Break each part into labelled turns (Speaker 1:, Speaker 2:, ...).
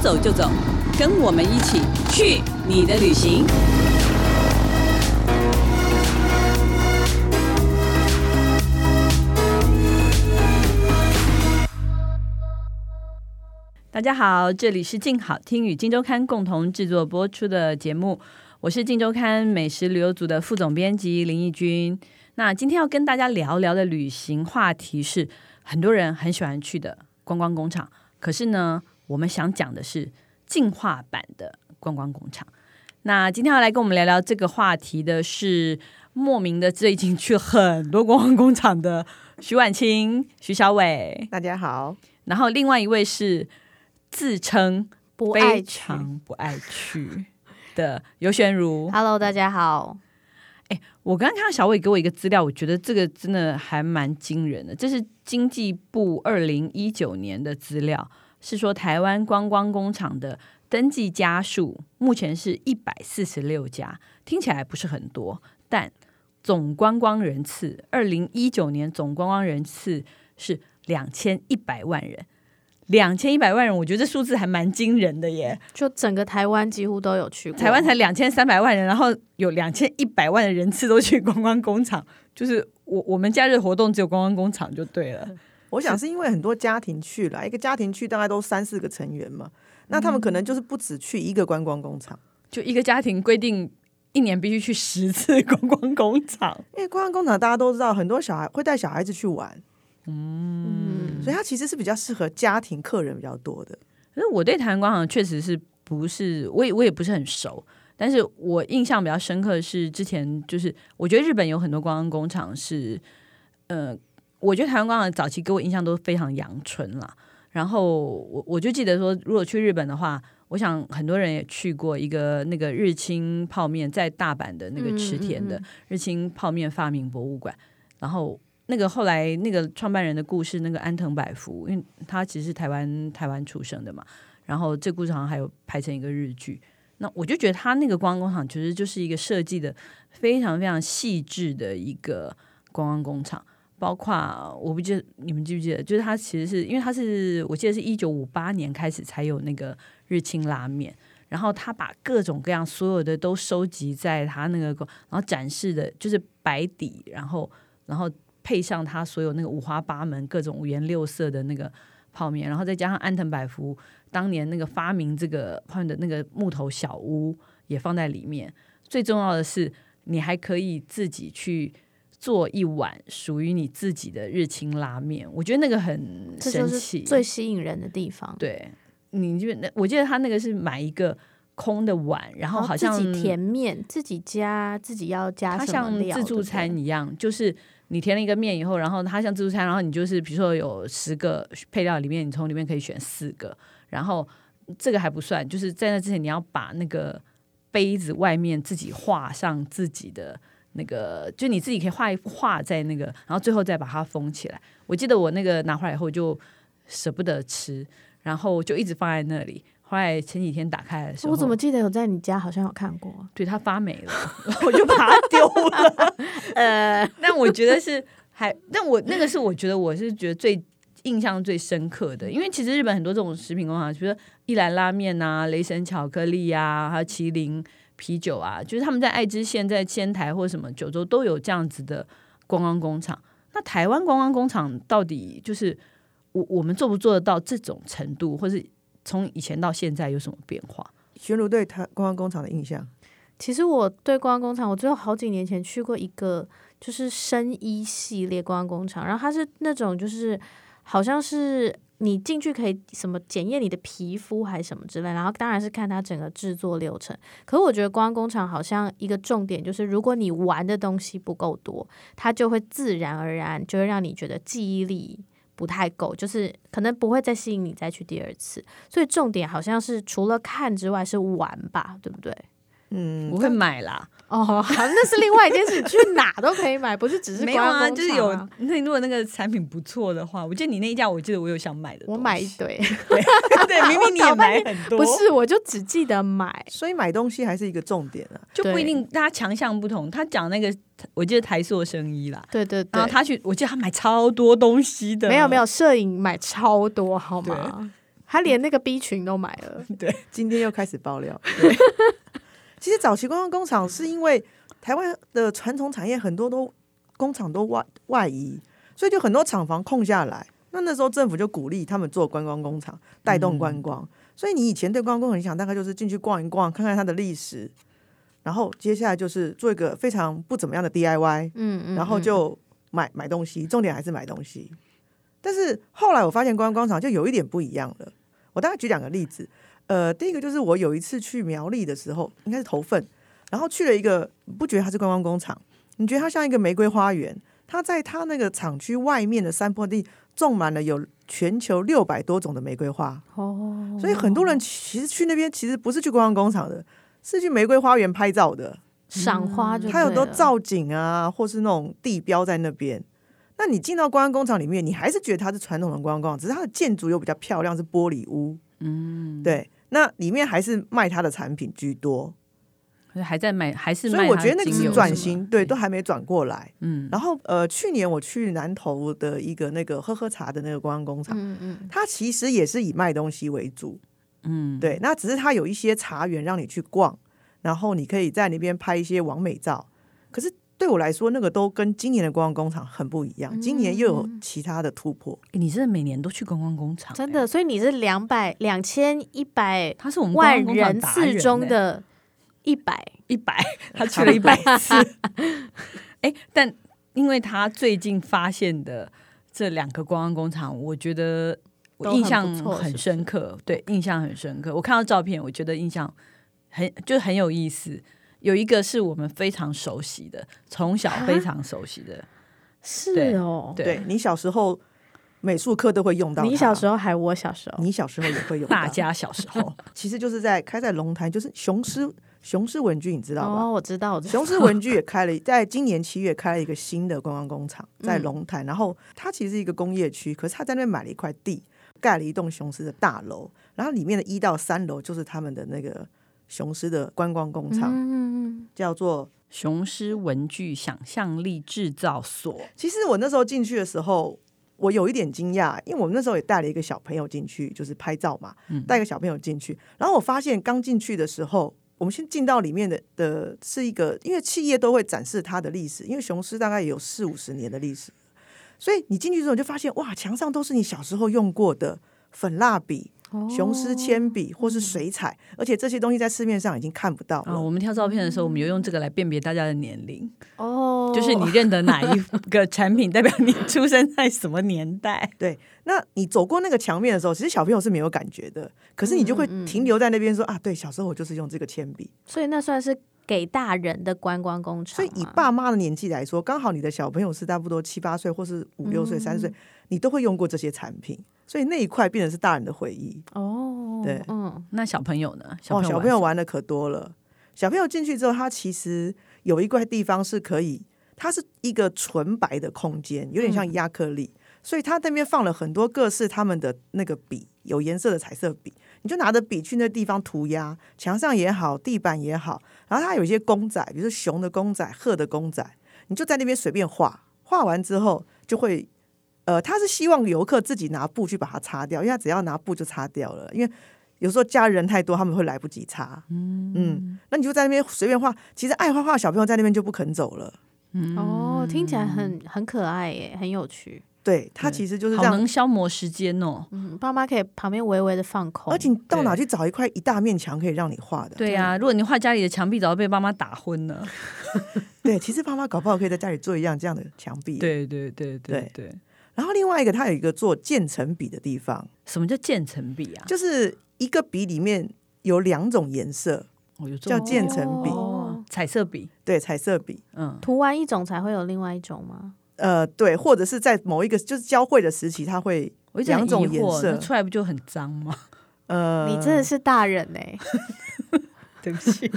Speaker 1: 走就走，跟我们一起去你的旅行。
Speaker 2: 大家好，这里是静好听与静周刊共同制作播出的节目，我是静周刊美食旅游组的副总编辑林义君。那今天要跟大家聊聊的旅行话题是很多人很喜欢去的观光工厂，可是呢，我们想讲的是进化版的观光工厂。那今天要来跟我们聊聊这个话题的是莫名的最近去了很多观光工厂的徐婉清、徐小伟，
Speaker 3: 大家好，
Speaker 2: 然后另外一位是自称
Speaker 4: 不爱
Speaker 2: 非
Speaker 4: 去。
Speaker 2: 常不爱去的尤玄如。
Speaker 4: Hello，大家好。
Speaker 2: 我刚刚看到小伟给我一个资料，我觉得这个真的还蛮惊人的。这是经济部二零一九年的资料，是说台湾观光工厂的登记家数目前是一百四十六家，听起来不是很多，但总观光人次，二零一九年总观光人次是两千一百万人，两千一百万人，我觉得这数字还蛮惊人的耶。
Speaker 4: 就整个台湾几乎都有去过，
Speaker 2: 台湾才两千三百万人，然后有两千一百万的人次都去观光工厂，就是我我们假日活动只有观光工厂就对了。
Speaker 3: 我想是因为很多家庭去了，一个家庭去大概都三四个成员嘛，那
Speaker 4: 嗯
Speaker 3: 他们可能就是不只去一个观光工厂，
Speaker 2: 就一个家庭规定一年必须去十次 观光工厂，
Speaker 3: 因为观光工厂大家都知道，很多小孩会带小孩子去玩，
Speaker 4: 嗯，
Speaker 3: 所以它其实是比较适合家庭客人比较多的。
Speaker 2: 可是我对台湾广场确实是不是，我也我也不是很熟，但是我印象比较深刻的是之前就是，我觉得日本有很多观光工厂是，呃，我觉得台湾广场早期给我印象都非常阳春啦。然后我我就记得说，如果去日本的话，我想很多人也去过一个那个日清泡面在大阪的那个池田的
Speaker 4: 嗯嗯嗯
Speaker 2: 日清泡面发明博物馆，然后那个后来那个创办人的故事，那个安藤百福，因为他其实是台湾台湾出生的嘛，然后这故事好像还有拍成一个日剧。那我就觉得他那个观光工厂其实就是一个设计的非常非常细致的一个观光工厂，包括我不记得你们记不记得，就是它其实是因为它是我记得是一九五八年开始才有那个日清拉面，然后他把各种各样所有的都收集在他那个，然后展示的就是白底，然后然后配上他所有那个五花八门、各种五颜六色的那个泡面，然后再加上安藤百福当年那个发明这个泡面的那个木头小屋也放在里面。最重要的是，你还可以自己去。做一碗属于你自己的日清拉面，我觉得那个很
Speaker 4: 这
Speaker 2: 神
Speaker 4: 就
Speaker 2: 奇，
Speaker 4: 是最吸引人的地方。
Speaker 2: 对，你就那我记得他那个是买一个空的碗，然后好像
Speaker 4: 哦自己甜面，自己加，自己要加
Speaker 2: 它
Speaker 4: 什么
Speaker 2: 像
Speaker 4: 料，
Speaker 2: 自助
Speaker 4: 对
Speaker 2: 餐
Speaker 4: 不
Speaker 2: 一样，就是你填了一个面以后，然后它像自助餐，然后你就是比如说有十个配料里面，你从里面可以选四个，然后这个还不算，就是在那之前你要把那个杯子外面自己画上自己的。那个就你自己可以画一幅画在那个，然后最后再把它封起来。我记得我那个拿回来以后就舍不得吃，然后就一直放在那里。后来前几天打开的时
Speaker 4: 对
Speaker 2: 候，
Speaker 4: 我怎么记得有在你家好像有看过？
Speaker 2: 对它发霉了，我就把它丢了。
Speaker 4: 呃，
Speaker 2: 但我觉得是还，但我那个是我觉得我是觉得最印象最深刻的，因为其实日本很多这种食品工厂，比如说一兰拉面啊、雷神巧克力啊，还有麒麟啤酒啊，就是他们在爱知县、在仙台或什么九州都有这样子的观光工厂。那台湾观光工厂到底就是我我们做不做得到这种程度，或是从以前到现在有什么变化？
Speaker 3: 玄如对台观光工厂的印象，
Speaker 4: 其实我对观光工厂，我只有好几年前去过一个，就是生衣系列观光工厂，然后它是那种就是好像是你进去可以什么检验你的皮肤还是什么之类，然后当然是看它整个制作流程。可我觉得观光工厂好像一个重点就是，如果你玩的东西不够多，它就会自然而然就会让你觉得记忆力。不太够，就是可能不会再吸引你再去第二次，所以重点好像是除了看之外是玩吧，对不对？
Speaker 3: 嗯
Speaker 2: 我会买啦，
Speaker 4: 哦，好，那是另外一件事，你去哪都可以买，不是只是
Speaker 2: 没
Speaker 4: 观
Speaker 2: 有
Speaker 4: 光工厂、
Speaker 2: 啊，就是有。那如果那个产品不错的话，我记得你那一家，我记得我有想买的东西，
Speaker 4: 我买 一堆，
Speaker 2: 对，明 明你也买很多，
Speaker 4: 不是，我就只记得买。
Speaker 3: 所以买东西还是一个重点啊。
Speaker 2: 就不一
Speaker 4: 对
Speaker 2: 定，大家强项不同。他讲那个，我记得台塑生衣啦，
Speaker 4: 对对
Speaker 2: 然
Speaker 4: 对
Speaker 2: 后，他去，我记得他买超多东西的，
Speaker 4: 没有没有，摄影买超多好吗？他连那个 B 群都买了，
Speaker 3: 今天又开始爆料。其实早期观光工厂是因为台湾的传统产业很多都工厂都外外移，所以就很多厂房空下来。那那时候政府就鼓励他们做观光工厂，带动
Speaker 4: 嗯
Speaker 3: 观光。所以你以前对观光工厂的印象大概就是进去逛一逛，看看它的历史，然后接下来就是做一个非常不怎么样的 DIY，
Speaker 4: 嗯嗯，
Speaker 3: 然后
Speaker 4: 嗯
Speaker 3: 就买买东西，重点还是买东西。但是后来我发现观光工厂就有一点不一样了。我大概举两个例子，呃，第一个就是我有一次去苗栗的时候，应该是头份，然后去了一个不觉得它是观光工厂，你觉得它像一个玫瑰花园。它在它那个厂区外面的山坡地种满了有全球六百多种的玫瑰花，
Speaker 4: 哦，
Speaker 3: 所以很多人其实去那边其实不是去观光工厂的，是去玫瑰花园拍照的。
Speaker 4: 赏花
Speaker 2: 嗯
Speaker 4: 就
Speaker 3: 它有很多
Speaker 4: 对了
Speaker 3: 造景啊，或是那种地标在那边。那你进到观光工厂里面，你还是觉得它是传统的观光工厂，只是它的建筑又比较漂亮，是玻璃屋。嗯，对。那里面还是卖它的产品居多，
Speaker 2: 还在卖，还是
Speaker 3: 所以
Speaker 2: 卖
Speaker 3: 我
Speaker 2: 它
Speaker 3: 觉得那个
Speaker 2: 精
Speaker 3: 是
Speaker 2: 油
Speaker 3: 转
Speaker 2: 什么
Speaker 3: 型，对，都还没转过来。
Speaker 2: 嗯，
Speaker 3: 然后呃，去年我去南投的一个那个喝喝茶的那个观光工厂，
Speaker 4: 嗯嗯，
Speaker 3: 它其实也是以卖东西为主，嗯，对。那只是它有一些茶园让你去逛，然后你可以在那边拍一些完美照。可是对我来说，那个都跟今年的观光工厂很不一样，今年又有其他的突破。
Speaker 2: 诶你真的每年都去观光工厂、
Speaker 4: 真
Speaker 2: 诶，
Speaker 4: 的，所以你是两百两千一百
Speaker 2: 他是我们
Speaker 4: 万
Speaker 2: 观光工厂
Speaker 4: 人
Speaker 2: 达
Speaker 4: 次中
Speaker 2: 诶
Speaker 4: 的一百，
Speaker 2: 一百， 他去了一百 次。哎、但因为他最近发现的这两个观光工厂，我觉得我
Speaker 4: 都
Speaker 2: 印
Speaker 4: 很
Speaker 2: 象
Speaker 4: 不错是
Speaker 2: 很
Speaker 4: 不
Speaker 2: 深刻，对，印象很深刻。我看到照片，我觉得印象很就很有意思。有一个是我们非常熟悉的，从小非常熟悉的，对
Speaker 4: 是哦，
Speaker 2: 对，
Speaker 3: 对你小时候美术课都会用到它，
Speaker 4: 你小时候还我小时候，
Speaker 3: 你小时候也会用到，
Speaker 2: 大家小时 候
Speaker 3: 其实就是在开在龙潭，就是雄狮雄狮文具，你知道吧？
Speaker 4: 哦，我知道，我知道，
Speaker 3: 雄狮文具也开了，在今年七月开了一个新的观光工厂，在
Speaker 4: 嗯
Speaker 3: 龙潭。然后它其实是一个工业区，可是他在那边买了一块地，盖了一栋雄狮的大楼，然后里面的一到三楼就是他们的那个雄狮的观光工厂，
Speaker 4: 嗯，
Speaker 3: 叫做。
Speaker 2: 雄狮文具想象力制造所，
Speaker 3: 其实我那时候进去的时候。我有一点惊讶，因为我们那时候也带了一个小朋友进去，就是拍照嘛，带一个小朋友进去。然后我发现刚进去的时候，我们先进到里面的的是一个，因为企业都会展示它的历史，因为雄狮大概有四五十年的历史，所以你进去之后你就发现，哇，墙上都是你小时候用过的粉蜡笔、雄狮铅笔或是水彩，而且这些东西在市面上已经看不到
Speaker 2: 啊、
Speaker 3: 了。
Speaker 2: 我们挑照片的时候，我们有用这个来辨别大家的年龄。
Speaker 4: 哦，
Speaker 2: 就是你认得哪一个产品，代表你出生在什么年代。
Speaker 3: 对，那你走过那个墙面的时候，其实小朋友是没有感觉的，可是你就会停留在那边说、啊，对，小时候我就是用这个铅笔。
Speaker 4: 所以那算是给大人的观光工厂
Speaker 3: 所
Speaker 4: 吗，
Speaker 3: 以以爸妈的年纪来说，刚好你的小朋友是差不多七八岁，或是五六岁、三岁，你都会用过这些产品，所以那一块变成是大人的回忆。
Speaker 4: 哦，
Speaker 3: 对
Speaker 4: 嗯，
Speaker 2: 那小朋友呢？小
Speaker 3: 哦，
Speaker 2: 朋友玩什么、
Speaker 3: 小朋友玩的可多了。小朋友进去之后，他其实有一块地方是可以，它是一个纯白的空间，有
Speaker 2: 嗯
Speaker 3: 点像亚克力，所以他那边放了很多各式他们的那个笔，有颜色的彩色笔，你就拿着笔去那地方涂鸦，墙上也好，地板也好，然后它有一些公仔，比如说熊的公仔、鹤的公仔，你就在那边随便画，画完之后就会。呃，他是希望游客自己拿布去把它擦掉，因为他只要拿布就擦掉了，因为有时候家人太多，他们会来不及擦。嗯那你就在那边随便画。其实爱画画的小朋友在那边就不肯走了。
Speaker 2: 嗯
Speaker 4: 哦，听起来很很可爱耶，很有趣。
Speaker 3: 对他其实就是这
Speaker 2: 好
Speaker 3: 样，
Speaker 2: 能消磨时间哦。
Speaker 4: 嗯，爸妈可以旁边微微的放空，
Speaker 3: 而且你到哪去找一块一大面墙可以让你画的？
Speaker 2: 对啊呀、如果你画家里的墙壁，早就被爸妈打昏了。
Speaker 3: 对，其实爸妈搞不好可以在家里做一样这样的墙壁。，
Speaker 2: 对对对对对。
Speaker 3: 然后另外一个，它有一个做渐层笔的地方，
Speaker 2: 什么叫渐层笔啊？
Speaker 3: 就是一个笔里面有两种颜色，
Speaker 2: 哦，有这
Speaker 3: 叫
Speaker 2: 种
Speaker 3: 渐层笔。
Speaker 2: 哦，彩色笔。
Speaker 3: 对，彩色笔。
Speaker 2: 嗯，
Speaker 4: 涂完一种才会有另外一种吗？
Speaker 3: 呃，对，或者是在某一个就是交汇的时期，它会
Speaker 2: 我一直很
Speaker 3: 两种
Speaker 2: 疑惑
Speaker 3: 颜色
Speaker 2: 那出来不就很脏吗？
Speaker 3: 呃，
Speaker 4: 你真的是大人哎、
Speaker 2: 对不起，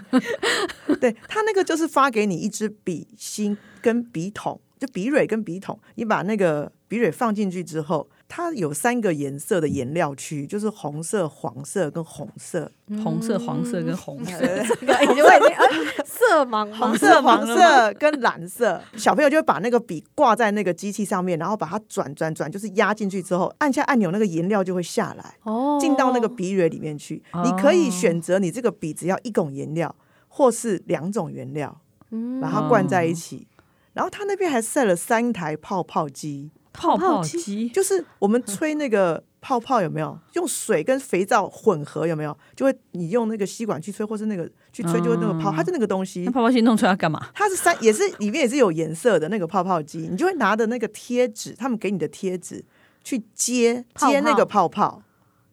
Speaker 3: 对他那个就是发给你一支笔芯跟笔筒，就笔蕊跟笔筒，你把那个笔蕊放进去之后，它有三个颜色的颜料区，就是红色、黄色跟红色。
Speaker 2: 红色、黄色跟红色，
Speaker 4: 这个已经我已经呃色盲吗
Speaker 3: 红色、黄色跟蓝色，小朋友就会把那个笔挂在那个机器上面，然后把它转转转，就是压进去之后，按下按钮，那个颜料就会下来，
Speaker 4: 哦，
Speaker 3: 进到那个鼻蕊里面去。
Speaker 2: 哦
Speaker 3: 你可以选择你这个笔只要一种颜料，或是两种颜料，
Speaker 4: 嗯
Speaker 3: 把它灌在一起。然后它那边还设了三台泡泡机，
Speaker 2: 泡
Speaker 4: 泡
Speaker 2: 泡
Speaker 4: 机
Speaker 2: 机
Speaker 3: 就是我 们吹那个泡泡有没有？用水跟肥皂混合有没有？就会你用那个吸管去吹，或是那个去吹，就会那个泡，
Speaker 2: 嗯
Speaker 3: 它就那个东西
Speaker 2: 那。泡泡机弄出来要干嘛？
Speaker 3: 它是三，也是里面也是有颜色的那个泡泡机，你就会拿着那个贴纸，他们给你的贴纸去接
Speaker 4: 泡泡
Speaker 3: 接那个泡泡，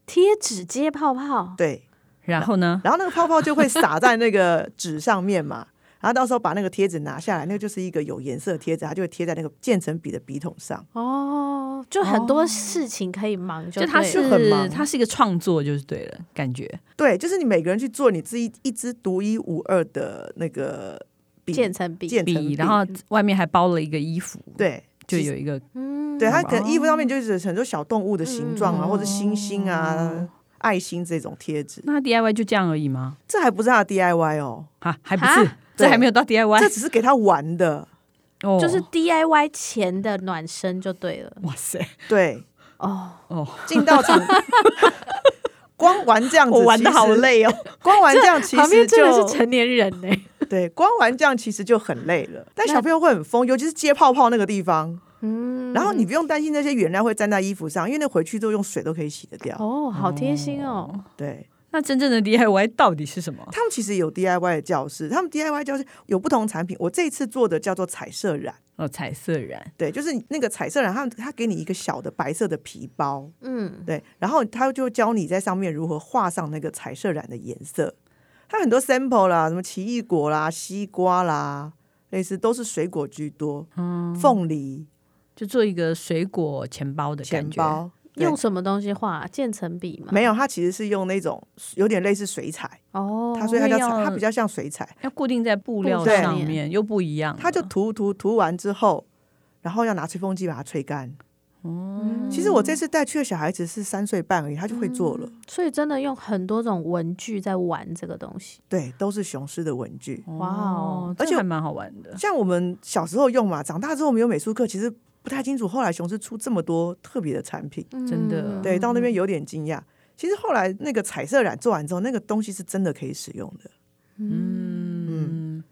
Speaker 4: 贴纸接泡泡，
Speaker 3: 对，
Speaker 2: 然后呢？
Speaker 3: 然后那个泡泡就会洒在那个纸上面嘛，然后到时候把那个贴纸拿下来，那个就是一个有颜色的贴纸，它就会贴在那个渐层笔的笔筒上。
Speaker 4: 哦，就很多事情可以忙就
Speaker 2: 哦就
Speaker 4: 对了，
Speaker 2: 它
Speaker 3: 就很
Speaker 2: 是
Speaker 3: 忙
Speaker 2: 它是一个创作，就是对了，感觉
Speaker 3: 对，就是你每个人去做你自己一支独一无二的那个笔，
Speaker 4: 渐层笔，
Speaker 3: 渐层
Speaker 2: 笔，然后外面还包了一个衣服，
Speaker 3: 对，
Speaker 2: 就
Speaker 3: 其实
Speaker 2: 有一个
Speaker 4: 嗯，
Speaker 3: 对，它可
Speaker 2: 哦
Speaker 3: 能衣服上面就是很多小动物的形状啊，
Speaker 2: 嗯
Speaker 3: 或者星星啊
Speaker 2: 哦、
Speaker 3: 爱心这种贴纸，
Speaker 2: 那它 DIY 就这样而已吗？
Speaker 3: 这还不是它的 DIY 哦，
Speaker 2: 哈，还不是
Speaker 4: 哈，
Speaker 2: 这
Speaker 3: 对
Speaker 2: 还没有到 DIY，
Speaker 3: 这只是给他玩的。
Speaker 2: 哦
Speaker 4: 就是 DIY 前的暖身就对了，
Speaker 2: 哇塞，
Speaker 3: 对，
Speaker 4: 哦，
Speaker 2: 哦，
Speaker 3: 进到场，光玩这样子，
Speaker 2: 我玩的好
Speaker 3: 其实，
Speaker 2: 累哦，
Speaker 3: 光玩这样其
Speaker 4: 旁边
Speaker 3: 实
Speaker 4: 真的
Speaker 3: 就是
Speaker 4: 成年人呢、
Speaker 3: 对，光玩这样其实就很累了。但
Speaker 4: 嗯那
Speaker 3: 小朋友会很疯，尤其是接泡泡那个地方，
Speaker 4: 嗯，
Speaker 3: 然后你不用担心那些原料会粘在衣服上，因为那回去都用水都可以洗得掉。
Speaker 4: 哦，好贴心哦，
Speaker 3: 对
Speaker 2: 那真正的 DIY 到底是什么？
Speaker 3: 他们其实有 DIY 的教室，他们 DIY 教室有不同产品。我这一次做的叫做彩色染，
Speaker 2: 哦，彩色染，
Speaker 3: 对，就是那个彩色染，他们他给你一个小的白色的皮包，
Speaker 4: 嗯，
Speaker 3: 对，然后他就教你在上面如何画上那个彩色染的颜色。它很多 sample 啦，什么奇异果啦、西瓜啦，类似都是水果居多，嗯，凤梨、
Speaker 2: 就做一个水果钱包的
Speaker 3: 钱
Speaker 2: 感觉，
Speaker 3: 包。对
Speaker 4: 用什么东西画？渐层笔吗？
Speaker 3: 没有，它其实是用那种有点类似水彩，
Speaker 4: 哦，
Speaker 3: 它所以它叫
Speaker 2: 因为
Speaker 3: 彩
Speaker 2: 要嗯
Speaker 3: 它比较像水彩，
Speaker 2: 要固定在布料
Speaker 4: 布
Speaker 3: 上
Speaker 2: 上
Speaker 4: 面
Speaker 2: 面，又不一样了，
Speaker 3: 它就涂涂涂完之后，然后要拿吹风机把它吹干。
Speaker 4: 嗯嗯
Speaker 3: 其实我这次带去的小孩子是三岁半而已，他就会做了。
Speaker 4: 所以真的用很多种文具在玩这个东西，
Speaker 3: 对，都是雄狮的文具，
Speaker 2: 哦
Speaker 4: 哇哦
Speaker 2: 这
Speaker 3: 而且
Speaker 2: 还蛮好玩的，
Speaker 3: 像我们小时候用嘛，长大之后没有美术课，其实不太清楚。后来雄狮出这么多特别的产品，
Speaker 2: 真的
Speaker 3: 对，到那边有点惊讶。其实后来那个彩色染做完之后，那个东西是真的可以使用的。
Speaker 2: 嗯，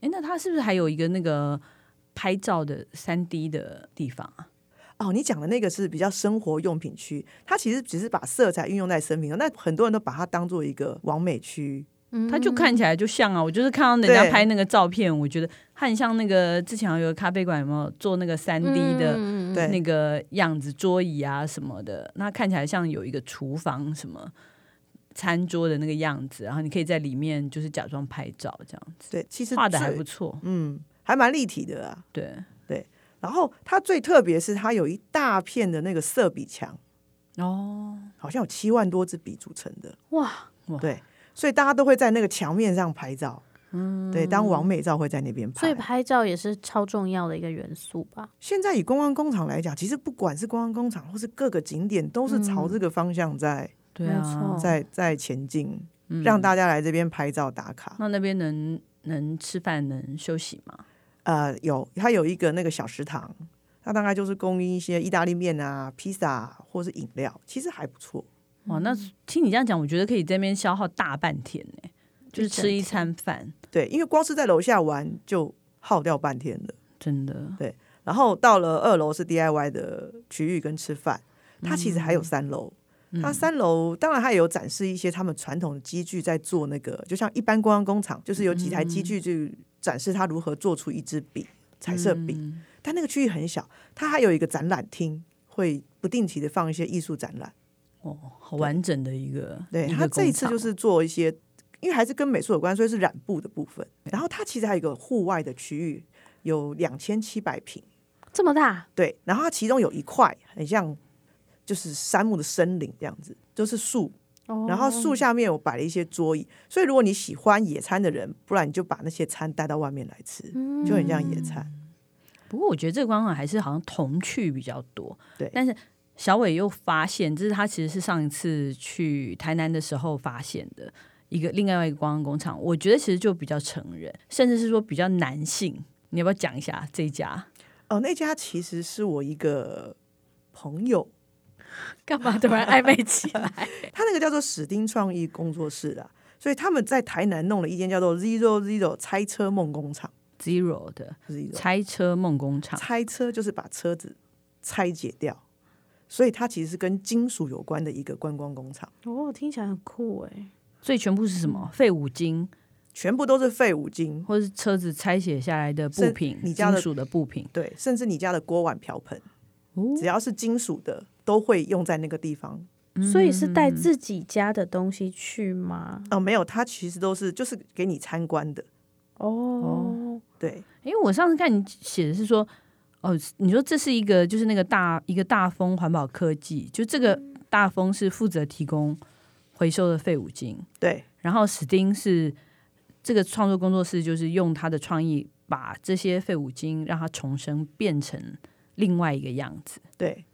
Speaker 2: 哎，那它是不是还有一个那个拍照的三 D 的地方啊？
Speaker 3: 哦，你讲的那个是比较生活用品区，它其实只是把色彩运用在生品上，那很多人都把它当做一个完美区。
Speaker 4: 嗯
Speaker 2: 它就看起来就像啊，我就是看到人家
Speaker 3: 对
Speaker 2: 拍那个照片，我觉得它很像那个之前好像有个咖啡馆有没有做那个三 D 的
Speaker 4: 嗯嗯嗯
Speaker 3: 对
Speaker 2: 那个样子，桌椅啊什么的，那看起来像有一个厨房什么餐桌的那个样子，然后你可以在里面就是假装拍照这样子，
Speaker 3: 对，其实
Speaker 2: 画的还
Speaker 3: 最
Speaker 2: 不错，
Speaker 3: 嗯，还蛮立体的啊。
Speaker 2: 对，
Speaker 3: 然后它最特别是它有一大片的那个色笔墙，
Speaker 2: 哦，
Speaker 3: 好像有七万多支笔组成的。
Speaker 4: 哇，
Speaker 3: 对，所以大家都会在那个墙面上拍照。嗯，对，当完美照会在那边
Speaker 4: 所以
Speaker 3: 拍。
Speaker 4: 拍照也是超重要的一个元素吧？
Speaker 3: 现在以观光工厂来讲，其实不管是观光工厂或是各个景点，都是朝这个方向在、
Speaker 2: 对
Speaker 4: 没错
Speaker 2: 啊，
Speaker 3: 在在前进，
Speaker 2: 嗯
Speaker 3: 让大家来这边拍照打卡。
Speaker 2: 那那边能能吃饭能休息吗？
Speaker 3: 呃，有它有一个那个小食堂，它大概就是供应一些意大利面啊、披萨啊或是饮料，其实还不错。
Speaker 2: 哇，那
Speaker 4: 嗯
Speaker 2: 听你这样讲，我觉得可以在那边消耗大半天呢、就是
Speaker 4: 一整
Speaker 2: 吃一
Speaker 4: 天
Speaker 2: 餐饭，
Speaker 3: 对，因为光是在楼下玩就耗掉半天了。
Speaker 2: 真的。
Speaker 3: 然后到了二楼是 DIY 的区域跟吃饭，它其实还
Speaker 2: 嗯
Speaker 3: 有三楼。它三楼当然它也有展示一些他们传统的机具在做那个，就像一般观光工厂，就是有几台机具去展示它如何做出一支笔，彩色笔。
Speaker 2: 嗯
Speaker 3: 但那个区域很小，它还有一个展览厅，会不定期的放一些艺术展览。
Speaker 2: 哦，好完整的一个，
Speaker 3: 对，
Speaker 2: 一
Speaker 3: 它
Speaker 2: 个
Speaker 3: 这一次
Speaker 2: 工
Speaker 3: 就
Speaker 2: 厂
Speaker 3: 是做一些，因为还是跟美术有关，所以是染布的部分。然后它其实还有一个户外的区域，有两千七百平。
Speaker 4: 这么大，
Speaker 3: 对，然后它其中有一块很像就是山木的森林这样子，就是树，
Speaker 4: 哦
Speaker 3: 然后树下面我摆了一些桌椅，所以如果你喜欢野餐的人，不然你就把那些餐带到外面来吃，就很像野餐。
Speaker 2: 不过我觉得这个观光还是好像童趣比较多，
Speaker 3: 对
Speaker 2: 但是小伟又发现，这是他其实是上一次去台南的时候发现的一个另外一个观光工厂。我觉得其实就比较成人，甚至是说比较男性。你要不要讲一下这一家？
Speaker 3: 哦，那家其实是我一个朋友，
Speaker 4: 干嘛突然暧昧起 来？
Speaker 3: 他那个叫做史丁创意工作室啦，所以他们在台南弄了一间叫做 Zero Zero 猜车梦工厂
Speaker 2: Zero 的
Speaker 3: ，Zero
Speaker 2: 拆车梦工厂，
Speaker 3: 拆车就是把车子拆解掉，所以它其实是跟金属有关的一个观光工厂，
Speaker 4: 哦，听起来很酷哎、
Speaker 2: 所以全部是什么废五金
Speaker 3: 全部都是废五金，
Speaker 2: 或是车子拆解下来的布
Speaker 3: 是
Speaker 2: 品，
Speaker 3: 你家
Speaker 2: 金
Speaker 3: 的
Speaker 2: 属的布品。
Speaker 3: 对，甚至你家的锅碗瓢盆，
Speaker 2: 哦
Speaker 3: 只要是金属的都会用在那个地方。
Speaker 4: 所以是带自己家的东西去吗？
Speaker 3: 哦、没有，它其实都是就是给你参观的，
Speaker 4: 哦，
Speaker 3: 对，
Speaker 2: 因为我上次看你写的是说，哦，你说这是一个就是那个大一个大丰环保科技，就这个大丰是负责提供回收的废五金，
Speaker 3: 对，
Speaker 2: 然后史丁是这个创作工作室，就是用他的创意把这些废五金让它重生，变成另外一个样子。
Speaker 3: 对，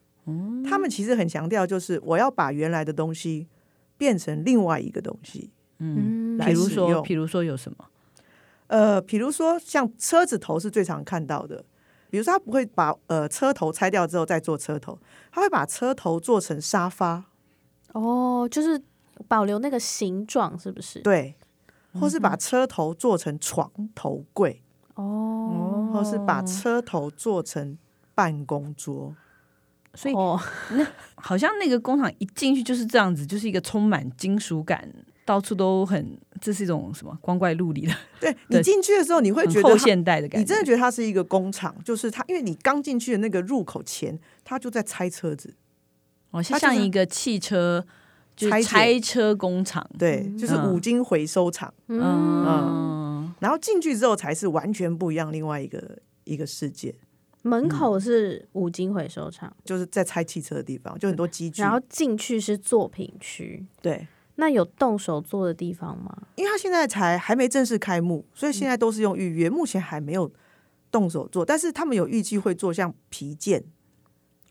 Speaker 3: 他们其实很强调，就是我要把原来的东西变成另外一个东西。
Speaker 4: 嗯
Speaker 3: 来
Speaker 2: 比如
Speaker 3: 使用
Speaker 2: 说，比如说有什么？
Speaker 3: 呃，比如说像车子头是最常看到的，比如说他不会把呃车头拆掉之后再做车头，他会把车头做成沙发，
Speaker 4: 哦，就是保留那个形状，是不是？
Speaker 3: 对，或是把车头做成床头柜，
Speaker 4: 哦，
Speaker 3: 或是把车头做成办公桌。
Speaker 2: 所以
Speaker 4: 哦，
Speaker 2: 好像那个工厂一进去就是这样子，就是一个充满金属感，到处都很，这是一种什么光怪陆离的，
Speaker 3: 对
Speaker 2: 对
Speaker 3: 你进去的时候，你会觉
Speaker 2: 很
Speaker 3: 得
Speaker 2: 后
Speaker 3: 它
Speaker 2: 现代的感觉。
Speaker 3: 你真的觉得它是一个工厂，就是它，因为你刚进去的那个入口前，它就在拆车子，
Speaker 2: 哦，
Speaker 3: 它就是
Speaker 2: 像一个汽车，就
Speaker 3: 拆
Speaker 2: 是
Speaker 3: 解
Speaker 2: 拆车工厂。
Speaker 3: 对，就是
Speaker 2: 嗯
Speaker 3: 五金回收厂。
Speaker 2: 嗯，
Speaker 3: 然后进去之后才是完全不一样，另外一个一个世界，嗯
Speaker 4: 门口是五金回收厂，
Speaker 3: 就是在拆汽车的地方，就很多机具。
Speaker 4: 然后进去是作品区，
Speaker 3: 对，
Speaker 4: 那有动手做的地方吗？
Speaker 3: 因为它现在才还没正式开幕，所以现在都是用预约，目前还没有动手做，但是他们有预计会做像皮件，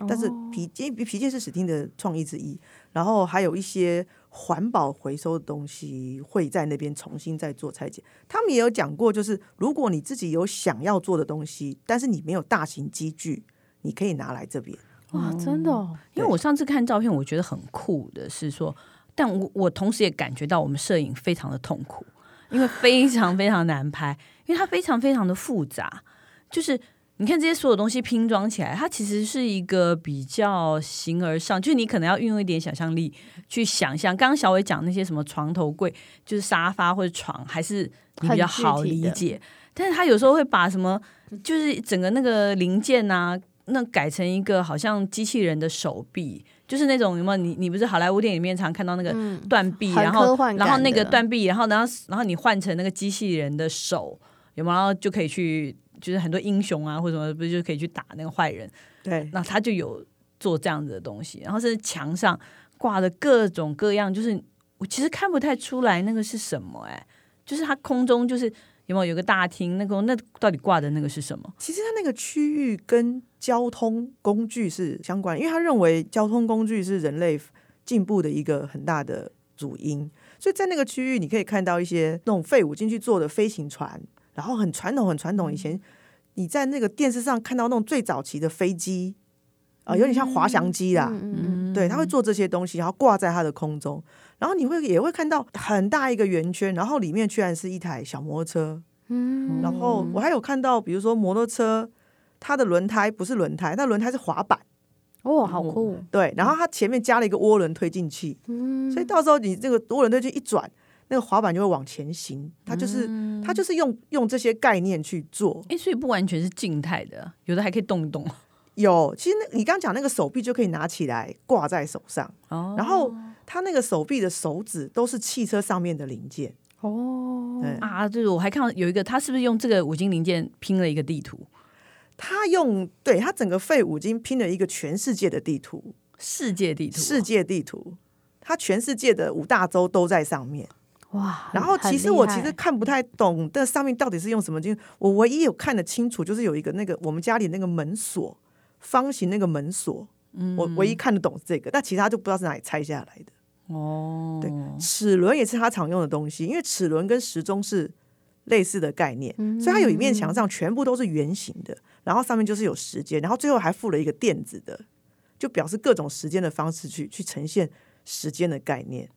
Speaker 3: 但是皮件皮件是史汀的创意之一，然后还有一些环保回收的东西会在那边重新再做拆解。他们也有讲过，就是如果你自己有想要做的东西，但是你没有大型机具，你可以拿来这边。
Speaker 4: 哇，真的哦，
Speaker 2: 因为我上次看照片，我觉得很酷的是说，但我我同时也感觉到我们摄影非常的痛苦，因为非常非常难拍， 因为它非常非常的复杂。就是你看这些所有东西拼装起来，它其实是一个比较形而上，就是你可能要运用一点想象力去想象。刚刚小伟讲那些什么床头柜，就是沙发或者床，还是你比较好理
Speaker 4: 很具
Speaker 2: 解。但是他有时候会把什么，就是整个那个零件啊，那改成一个好像机器人的手臂，就是那种什么，你你不是好莱坞电影里面常看到那个
Speaker 4: 嗯，
Speaker 2: 断臂，
Speaker 4: 很
Speaker 2: 然
Speaker 4: 科
Speaker 2: 后
Speaker 4: 幻
Speaker 2: 然后
Speaker 4: 感
Speaker 2: 那个
Speaker 4: 的
Speaker 2: 断臂，然后然后然后你换成那个机器人的手，有没有？然后就可以去，就是很多英雄啊或者什么，不是就可以去打那个坏人？
Speaker 3: 对，
Speaker 2: 那他就有做这样子的东西，然后甚至墙上挂的各种各样，就是我其实看不太出来那个是什么、哎，就是它空中就是有没有有个大厅，那个那到底挂的那个是什么？
Speaker 3: 其实他那个区域跟交通工具是相关，因为他认为交通工具是人类进步的一个很大的主因，所以在那个区域你可以看到一些那种废五进去做的飞行船，然后很传统很传
Speaker 4: 嗯
Speaker 3: 统，以前你在那个电视上看到那种最早期的飞机，啊、有点像滑翔机啦，
Speaker 4: 嗯嗯嗯，
Speaker 3: 对，他会做这些东西，然后挂在它的空中，然后你会也会看到很大一个圆圈，然后里面居然是一台小摩托车，嗯，然后我还有看到，比如说摩托车，它的轮胎不是轮胎，它轮胎是滑板，
Speaker 4: 哦，好
Speaker 3: 嗯
Speaker 4: 酷，
Speaker 3: 对，然后它前面加了一个涡轮推进器，
Speaker 4: 嗯，
Speaker 3: 所以到时候你这个涡轮推进器一转，那个滑板就会往前行，它就是、它就是用用这些概念去做，
Speaker 2: 哎、所以不完全是静态的，有的还可以动一动。
Speaker 3: 有，其实那你刚刚讲那个手臂就可以拿起来挂在手上，
Speaker 2: 哦
Speaker 3: 然后它那个手臂的手指都是汽车上面的零件，
Speaker 4: 哦，
Speaker 3: 对，
Speaker 2: 啊，就是我还看到有一个，他是不是用这个五金零件拼了一个地图？
Speaker 3: 它用对它整个废五金拼了一个全世界的地图，
Speaker 2: 世界地图啊、
Speaker 3: 世界地图，它全世界的五大洲都在上面。
Speaker 4: 哇，
Speaker 3: 然后
Speaker 4: 很
Speaker 3: 其实
Speaker 4: 很厉
Speaker 3: 我其
Speaker 4: 害
Speaker 3: 实看不太懂，这上面到底是用什么金？我唯一有看得清楚，就是有一个那个我们家里那个门锁，方形那个门锁，
Speaker 4: 嗯
Speaker 3: 我唯一看得懂是这个，但其他就不知道是哪里拆下来的。
Speaker 2: 哦，
Speaker 3: 对齿轮也是他常用的东西，因为齿轮跟时钟是类似的概念，
Speaker 4: 嗯
Speaker 3: 所以它有一面墙上全部都是圆形的，然后上面就是有时间，然后最后还附了一个电子的，就表示各种时间的方式去去呈现时间的概念。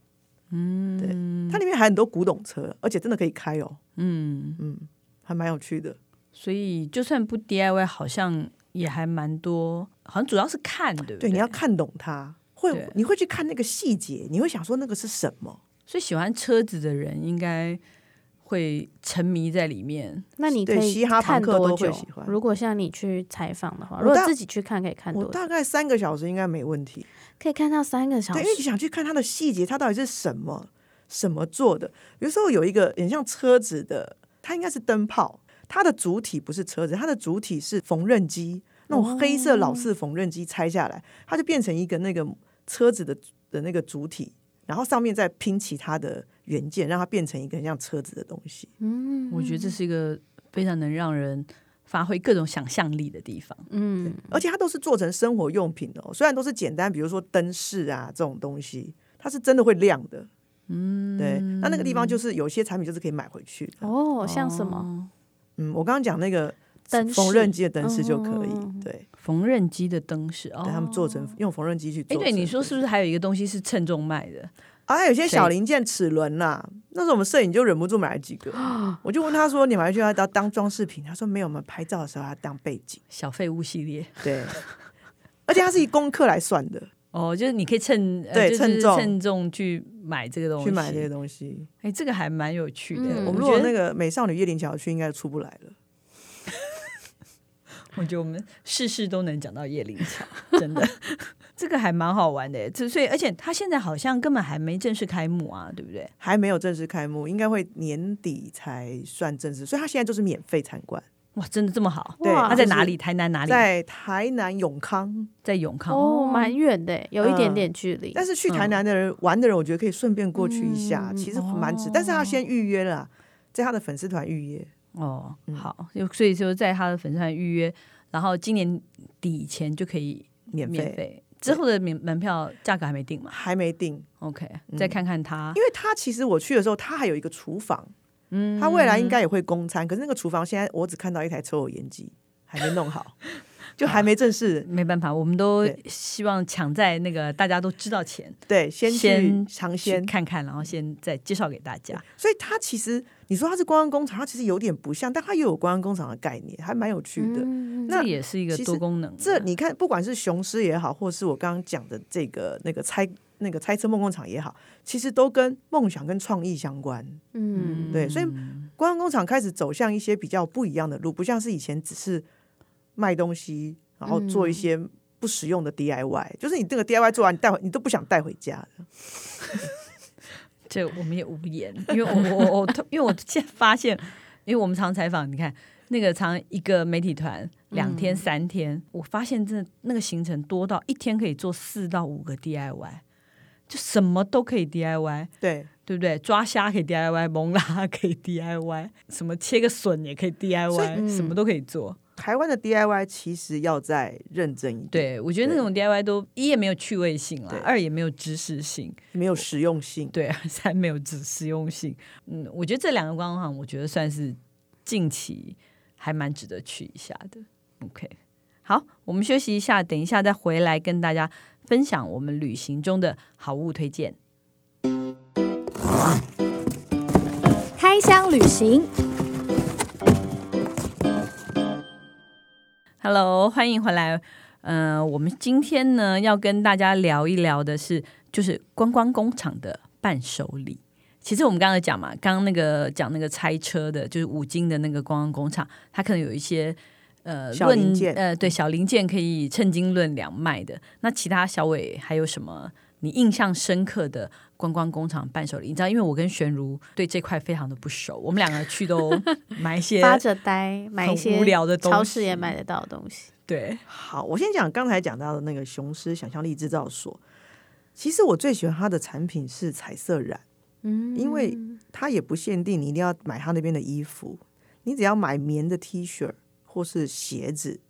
Speaker 3: 嗯，对，它里面还很多古董车，而且真的可以开哦。嗯嗯，还蛮有趣的。
Speaker 2: 所以就算不 DIY，好像也还蛮多，好像主要是看，对不对？
Speaker 3: 对，你要看懂它，会
Speaker 2: 对
Speaker 3: 你会去看那个细节，你会想说那个是什么？
Speaker 2: 所以喜欢车子的人应该会沉迷在里面。
Speaker 4: 那你可
Speaker 3: 对
Speaker 4: 以
Speaker 3: 嘻哈
Speaker 4: 看
Speaker 3: 朋克
Speaker 4: 多
Speaker 3: 都会
Speaker 4: 久
Speaker 3: 喜欢？
Speaker 4: 如果像你去采访的话，
Speaker 3: 我
Speaker 4: 如果
Speaker 3: 大
Speaker 4: 自己去看可以看
Speaker 3: 我
Speaker 4: 多久？
Speaker 3: 大概三个小时应该没问题。
Speaker 4: 可以看到三个小
Speaker 3: 对，
Speaker 4: 时
Speaker 3: 因为。你想去看它的细节，它到底是什么什么做的？比如说有一个很像车子的，它应该是灯泡，它的主体不是车子，它的主体是缝纫机，那种黑色老
Speaker 4: 哦
Speaker 3: 式缝纫机拆下来，它就变成一个那个车子的的那个主体，然后上面再拼其他的元件，让它变成一个很像车子的东西。
Speaker 4: 嗯
Speaker 2: 我觉得这是一个非常能让人发挥各种想象力的地方。
Speaker 4: 嗯，
Speaker 3: 而且它都是做成生活用品的哦，虽然都是简单，比如说灯饰啊这种东西，它是真的会亮的。嗯，对，那那个地方就是有些产品就是可以买回去的。
Speaker 4: 哦，像什么？
Speaker 3: 嗯，我刚刚讲那个
Speaker 4: 灯饰
Speaker 3: 缝纫机的灯饰就可以，
Speaker 4: 嗯
Speaker 3: 对，
Speaker 2: 缝纫机的灯饰哦
Speaker 3: 对，他们做成用缝纫机去
Speaker 2: 哎，
Speaker 3: 做成。
Speaker 2: 对，你说是不是还有一个东西是称重卖的？
Speaker 3: 啊，还有一些小零件齿轮啦、那时候我们摄影就忍不住买了 几个，我就问他说：“你买回去要当当装饰品？”他说：“没有，我们拍照的时候要当背景。
Speaker 2: 小废物系列”
Speaker 3: 对，而且它是以功课来算的，
Speaker 2: 哦，就是你可以称呃
Speaker 3: 对
Speaker 2: 就是
Speaker 3: 称重
Speaker 2: 称重去买这个东西，
Speaker 3: 去买这些东西。
Speaker 2: 哎，这个还蛮有趣的。
Speaker 4: 嗯
Speaker 3: 我们
Speaker 2: 觉
Speaker 3: 如果
Speaker 2: 得
Speaker 3: 那个美少女叶林桥去，应该出不来了。
Speaker 2: 我觉得我们事事都能讲到叶灵桥，真 的，这个还蛮好玩的耶。这所以，而且它现在好像根本还没正式开幕啊，对不对？
Speaker 3: 还没有正式开幕，应该会年底才算正式，所以它现在就是免费参观，
Speaker 2: 哇，真的这么好？
Speaker 3: 对
Speaker 4: 哇
Speaker 2: 它在哪里？台南哪里？
Speaker 3: 在台南永康。
Speaker 2: 在永康
Speaker 4: 哦，蛮远的，有一点
Speaker 3: 嗯
Speaker 4: 点距离。
Speaker 3: 但是去台南的人、玩的人，我觉得可以顺便过去一下，
Speaker 4: 嗯
Speaker 3: 其实蛮值。但是他先预约了，在他的粉丝团预约。
Speaker 2: 哦，
Speaker 3: 嗯
Speaker 2: 好，就所以就在他的粉丝团预约，然后今年底前就可以
Speaker 3: 免费
Speaker 2: 免费。之后的免门票价格还没定嘛
Speaker 3: 还没定，
Speaker 2: ？OK，再
Speaker 3: 嗯
Speaker 2: 看看他
Speaker 3: 因为他其实我去的时候，他还有一个厨房，嗯，他未来应该也会供餐，可是那个厨房现在我只看到一台抽油烟机，还没弄好，就还没正式。
Speaker 2: 没办法，我们都
Speaker 3: 对
Speaker 2: 希望抢在那个大家都知道前
Speaker 3: 对，先去
Speaker 2: 先
Speaker 3: 尝
Speaker 2: 去
Speaker 3: 鲜，
Speaker 2: 看看，然后先再介绍给大家。
Speaker 3: 所以它其实你说它是观光工厂，它其实有点不像，但它又有观光工厂的概念，还蛮有趣的。
Speaker 4: 嗯
Speaker 3: 那
Speaker 2: 这也是一个
Speaker 3: 其实
Speaker 2: 多功能的。啊
Speaker 3: 这你看，不管是雄狮也好，或是我刚刚讲的这个那个猜那个猜测梦工厂也好，其实都跟梦想跟创意相关。
Speaker 4: 嗯，
Speaker 3: 对，所以观光工厂开始走向一些比较不一样的路，不像是以前只是卖东西，然后做一些
Speaker 4: 嗯
Speaker 3: 不实用的 DIY，、就是你这个 DIY 做完，你带回你都不想带回家的。
Speaker 2: 这我们也无言， 因为我我我我，因为我现在发现，因为我们常采访，你看那个常一个媒体团两
Speaker 3: 嗯
Speaker 2: 天三天，我发现真的那个行程多到一天可以做四到五个 DIY，就什么都可以 DIY，
Speaker 3: 对，
Speaker 2: 对不对？抓虾可以 DIY，蒙拉可以 DIY，什么切个笋也可以 DIY，、
Speaker 4: 嗯
Speaker 2: 什么都可以做。
Speaker 3: 台湾的 DIY 其实要再认真一点，，
Speaker 2: 对，我觉得那种 DIY 都一也没有趣味性啦
Speaker 3: 对，
Speaker 2: 二也没有知识性。
Speaker 3: 没有实用性。
Speaker 2: 对， 三没有只实用性。嗯，我觉得这两个观光行，我觉得算是近期还蛮值得去一下的。OK，好，我们休息一下，等一下再回来跟大家分享我们旅行中的好物推荐。
Speaker 5: 开箱旅行，
Speaker 2: Hello，欢迎回来。呃，我们今天呢要跟大家聊一聊的是，就是观光工厂的伴手礼。其实我们刚刚有讲嘛，刚刚那个讲那个拆车的，就是五金的那个观光工厂，它可能有一些呃
Speaker 3: 小零件
Speaker 2: 论呃对小零件可以称斤论两卖的。那其他小伟还有什么你印象深刻的观光工厂伴手礼？你知道，因为我跟玄如对这块非常的不熟，我们两个去都买一 些
Speaker 4: 发着呆买一
Speaker 2: 很
Speaker 4: 些
Speaker 2: 无聊的东西
Speaker 4: 超市也买得到的东西。
Speaker 2: 对
Speaker 3: 好，我先讲刚才讲到的那个雄狮想象力制造所。其实我最喜欢它的产品是彩色染，
Speaker 4: 嗯，
Speaker 3: 因为它也不限定你一定要买它那边的衣服，你只要买棉的 T 恤或是鞋子，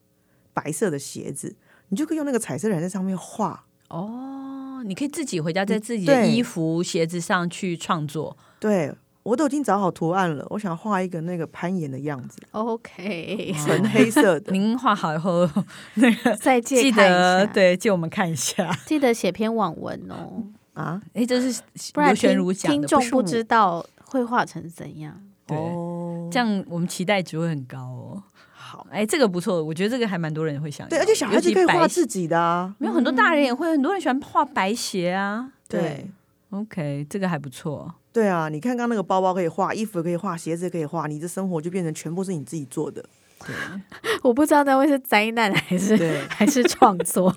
Speaker 3: 白色的鞋子，你就可以用那个彩色染在上面画。
Speaker 2: 哦，你可以自己回家在自己的
Speaker 3: 对
Speaker 2: 衣服、鞋子上去创作。
Speaker 3: 对我都已经找好图案了，我想画一个那个攀岩的样子，
Speaker 4: OK，
Speaker 3: 纯黑色 的。
Speaker 2: 您画好以后，那个
Speaker 4: 再借
Speaker 2: 记
Speaker 4: 看一
Speaker 2: 得
Speaker 4: 下，
Speaker 2: 对借我们看一 下。
Speaker 4: 记得写篇网文哦，
Speaker 3: 啊，
Speaker 2: 哎，这是
Speaker 4: 不然
Speaker 2: 刘玄
Speaker 4: 听
Speaker 2: 如讲的，
Speaker 4: 听众
Speaker 2: 是
Speaker 4: 不
Speaker 2: 我
Speaker 4: 知道会画成怎样。
Speaker 2: 对
Speaker 3: 哦，
Speaker 2: 这样我们期待值会很高哦。
Speaker 3: 好，
Speaker 2: 哎，这个不错，我觉得这个还蛮多人会想要。
Speaker 3: 对，而且小孩
Speaker 2: 尤
Speaker 3: 子
Speaker 2: 其
Speaker 3: 可以
Speaker 2: 白
Speaker 3: 画自己的啊，
Speaker 2: 没有很多大人也会，很多人喜欢画白鞋啊。
Speaker 3: 对。
Speaker 2: OK，这个还不错。
Speaker 3: 对啊，你看刚那个包包可以画，衣服可以画，鞋子可以画，你的生活就变成全部是你自己做的。
Speaker 2: 对，
Speaker 4: 我不知道那会是灾难还是 ，
Speaker 3: 对
Speaker 4: 还是创作。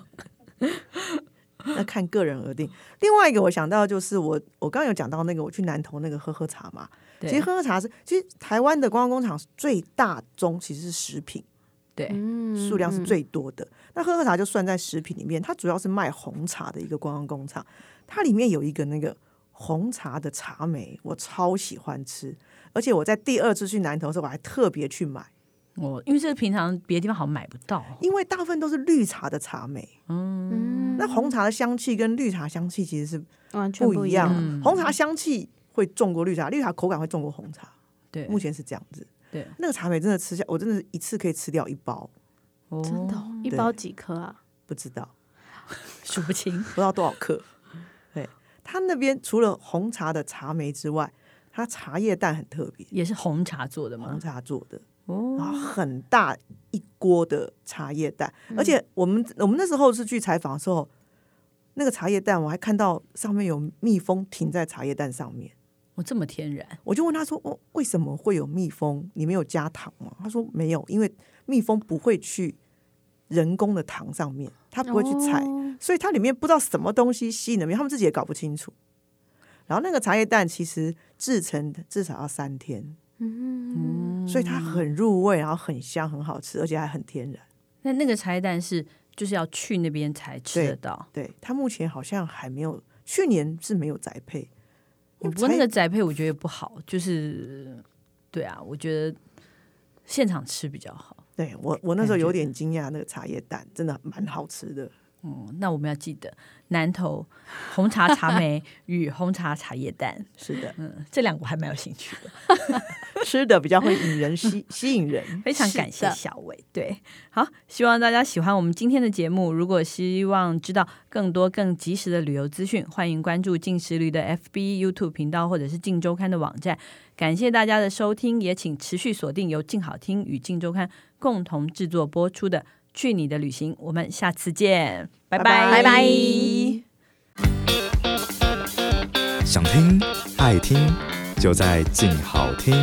Speaker 3: 那看个人而定。另外一个我想到就是我我刚刚有讲到那个我去南投那个喝喝茶嘛，
Speaker 2: 对
Speaker 3: 其实喝喝茶是其实台湾的观光工厂最大宗其实是食品，
Speaker 2: 对，
Speaker 4: 嗯
Speaker 3: 数量是最多的。那喝喝茶就算在食品里面，它主要是卖红茶的一个观光工厂，它里面有一个那个红茶的茶梅，我超喜欢吃，而且我在第二次去南投的时候，我还特别去买。
Speaker 2: 我因为这个平常别的地方好像买不到。
Speaker 3: 因为大部分都是绿茶的茶梅，
Speaker 4: 嗯
Speaker 3: 那红茶的香气跟绿茶香气其实是
Speaker 4: 完全
Speaker 3: 不
Speaker 4: 一
Speaker 3: 一样的。
Speaker 2: 不一样嗯
Speaker 3: 红茶香气会重过绿茶，绿茶口感会重过红茶。
Speaker 2: 对，
Speaker 3: 目前是这样子。
Speaker 2: 对，
Speaker 3: 那个茶梅真的吃下，我真的是一次可以吃掉一包，
Speaker 2: 哦
Speaker 4: 真的哦、 一
Speaker 3: 对
Speaker 4: 包几颗啊？
Speaker 3: 不知道
Speaker 2: 数不清。
Speaker 3: 不知道多少克。对，它那边除了红茶的茶梅之外，它茶叶蛋很特别，
Speaker 2: 也是红茶做的
Speaker 3: 红
Speaker 2: 吗？
Speaker 3: 茶做的。然
Speaker 2: 哦，
Speaker 3: 后很大一锅的茶叶蛋，
Speaker 2: 嗯
Speaker 3: 而且我们我们那时候是去采访的时候，那个茶叶蛋我还看到上面有蜜蜂停在茶叶蛋上面，
Speaker 2: 我这么天然，
Speaker 3: 我就问他说：“哦，为什么会有蜜蜂？你没有加糖吗？”他说：“没有，因为蜜蜂不会去人工的糖上面，它不会去采，
Speaker 4: 哦
Speaker 3: 所以它里面不知道什么东西吸引了蜜，他们自己也搞不清楚。”然后那个茶叶蛋其实制成至少要三天，
Speaker 4: 嗯，
Speaker 3: 所以它很入味，然后很香，很好吃，而且还很天然。
Speaker 2: 那那个茶叶蛋是就是要去那边才吃得到。
Speaker 3: 对，它目前好像还没有，去年是没有宅配。
Speaker 2: 不
Speaker 3: 因为
Speaker 2: 过
Speaker 3: 茶
Speaker 2: 那
Speaker 3: 叶
Speaker 2: 个宅配我觉得也不好，就是对啊，我觉得现场吃比较好。
Speaker 3: 对我，我那时候
Speaker 2: 感觉
Speaker 3: 有点惊讶，那个茶叶蛋真的蛮好吃的。
Speaker 2: 嗯，那我们要记得南投红茶茶 梅与红茶茶叶蛋，
Speaker 3: 是的，
Speaker 2: 嗯，这两个我还蛮有兴趣的，
Speaker 3: 吃的比较会引人吸 吸引人。
Speaker 2: 非常
Speaker 4: 是
Speaker 2: 感谢
Speaker 4: 的
Speaker 2: 小伟。对，好，希望大家喜欢我们今天的节目。如果希望知道更多更及时的旅游资讯，欢迎关注进食旅的 FB、YouTube 频道或者是静周刊的网站。感谢大家的收听，也请持续锁定由静好听与静周刊共同制作播出的《去你的旅行》，我们下次见，拜
Speaker 3: 拜拜
Speaker 6: 想听爱听，就在静好听。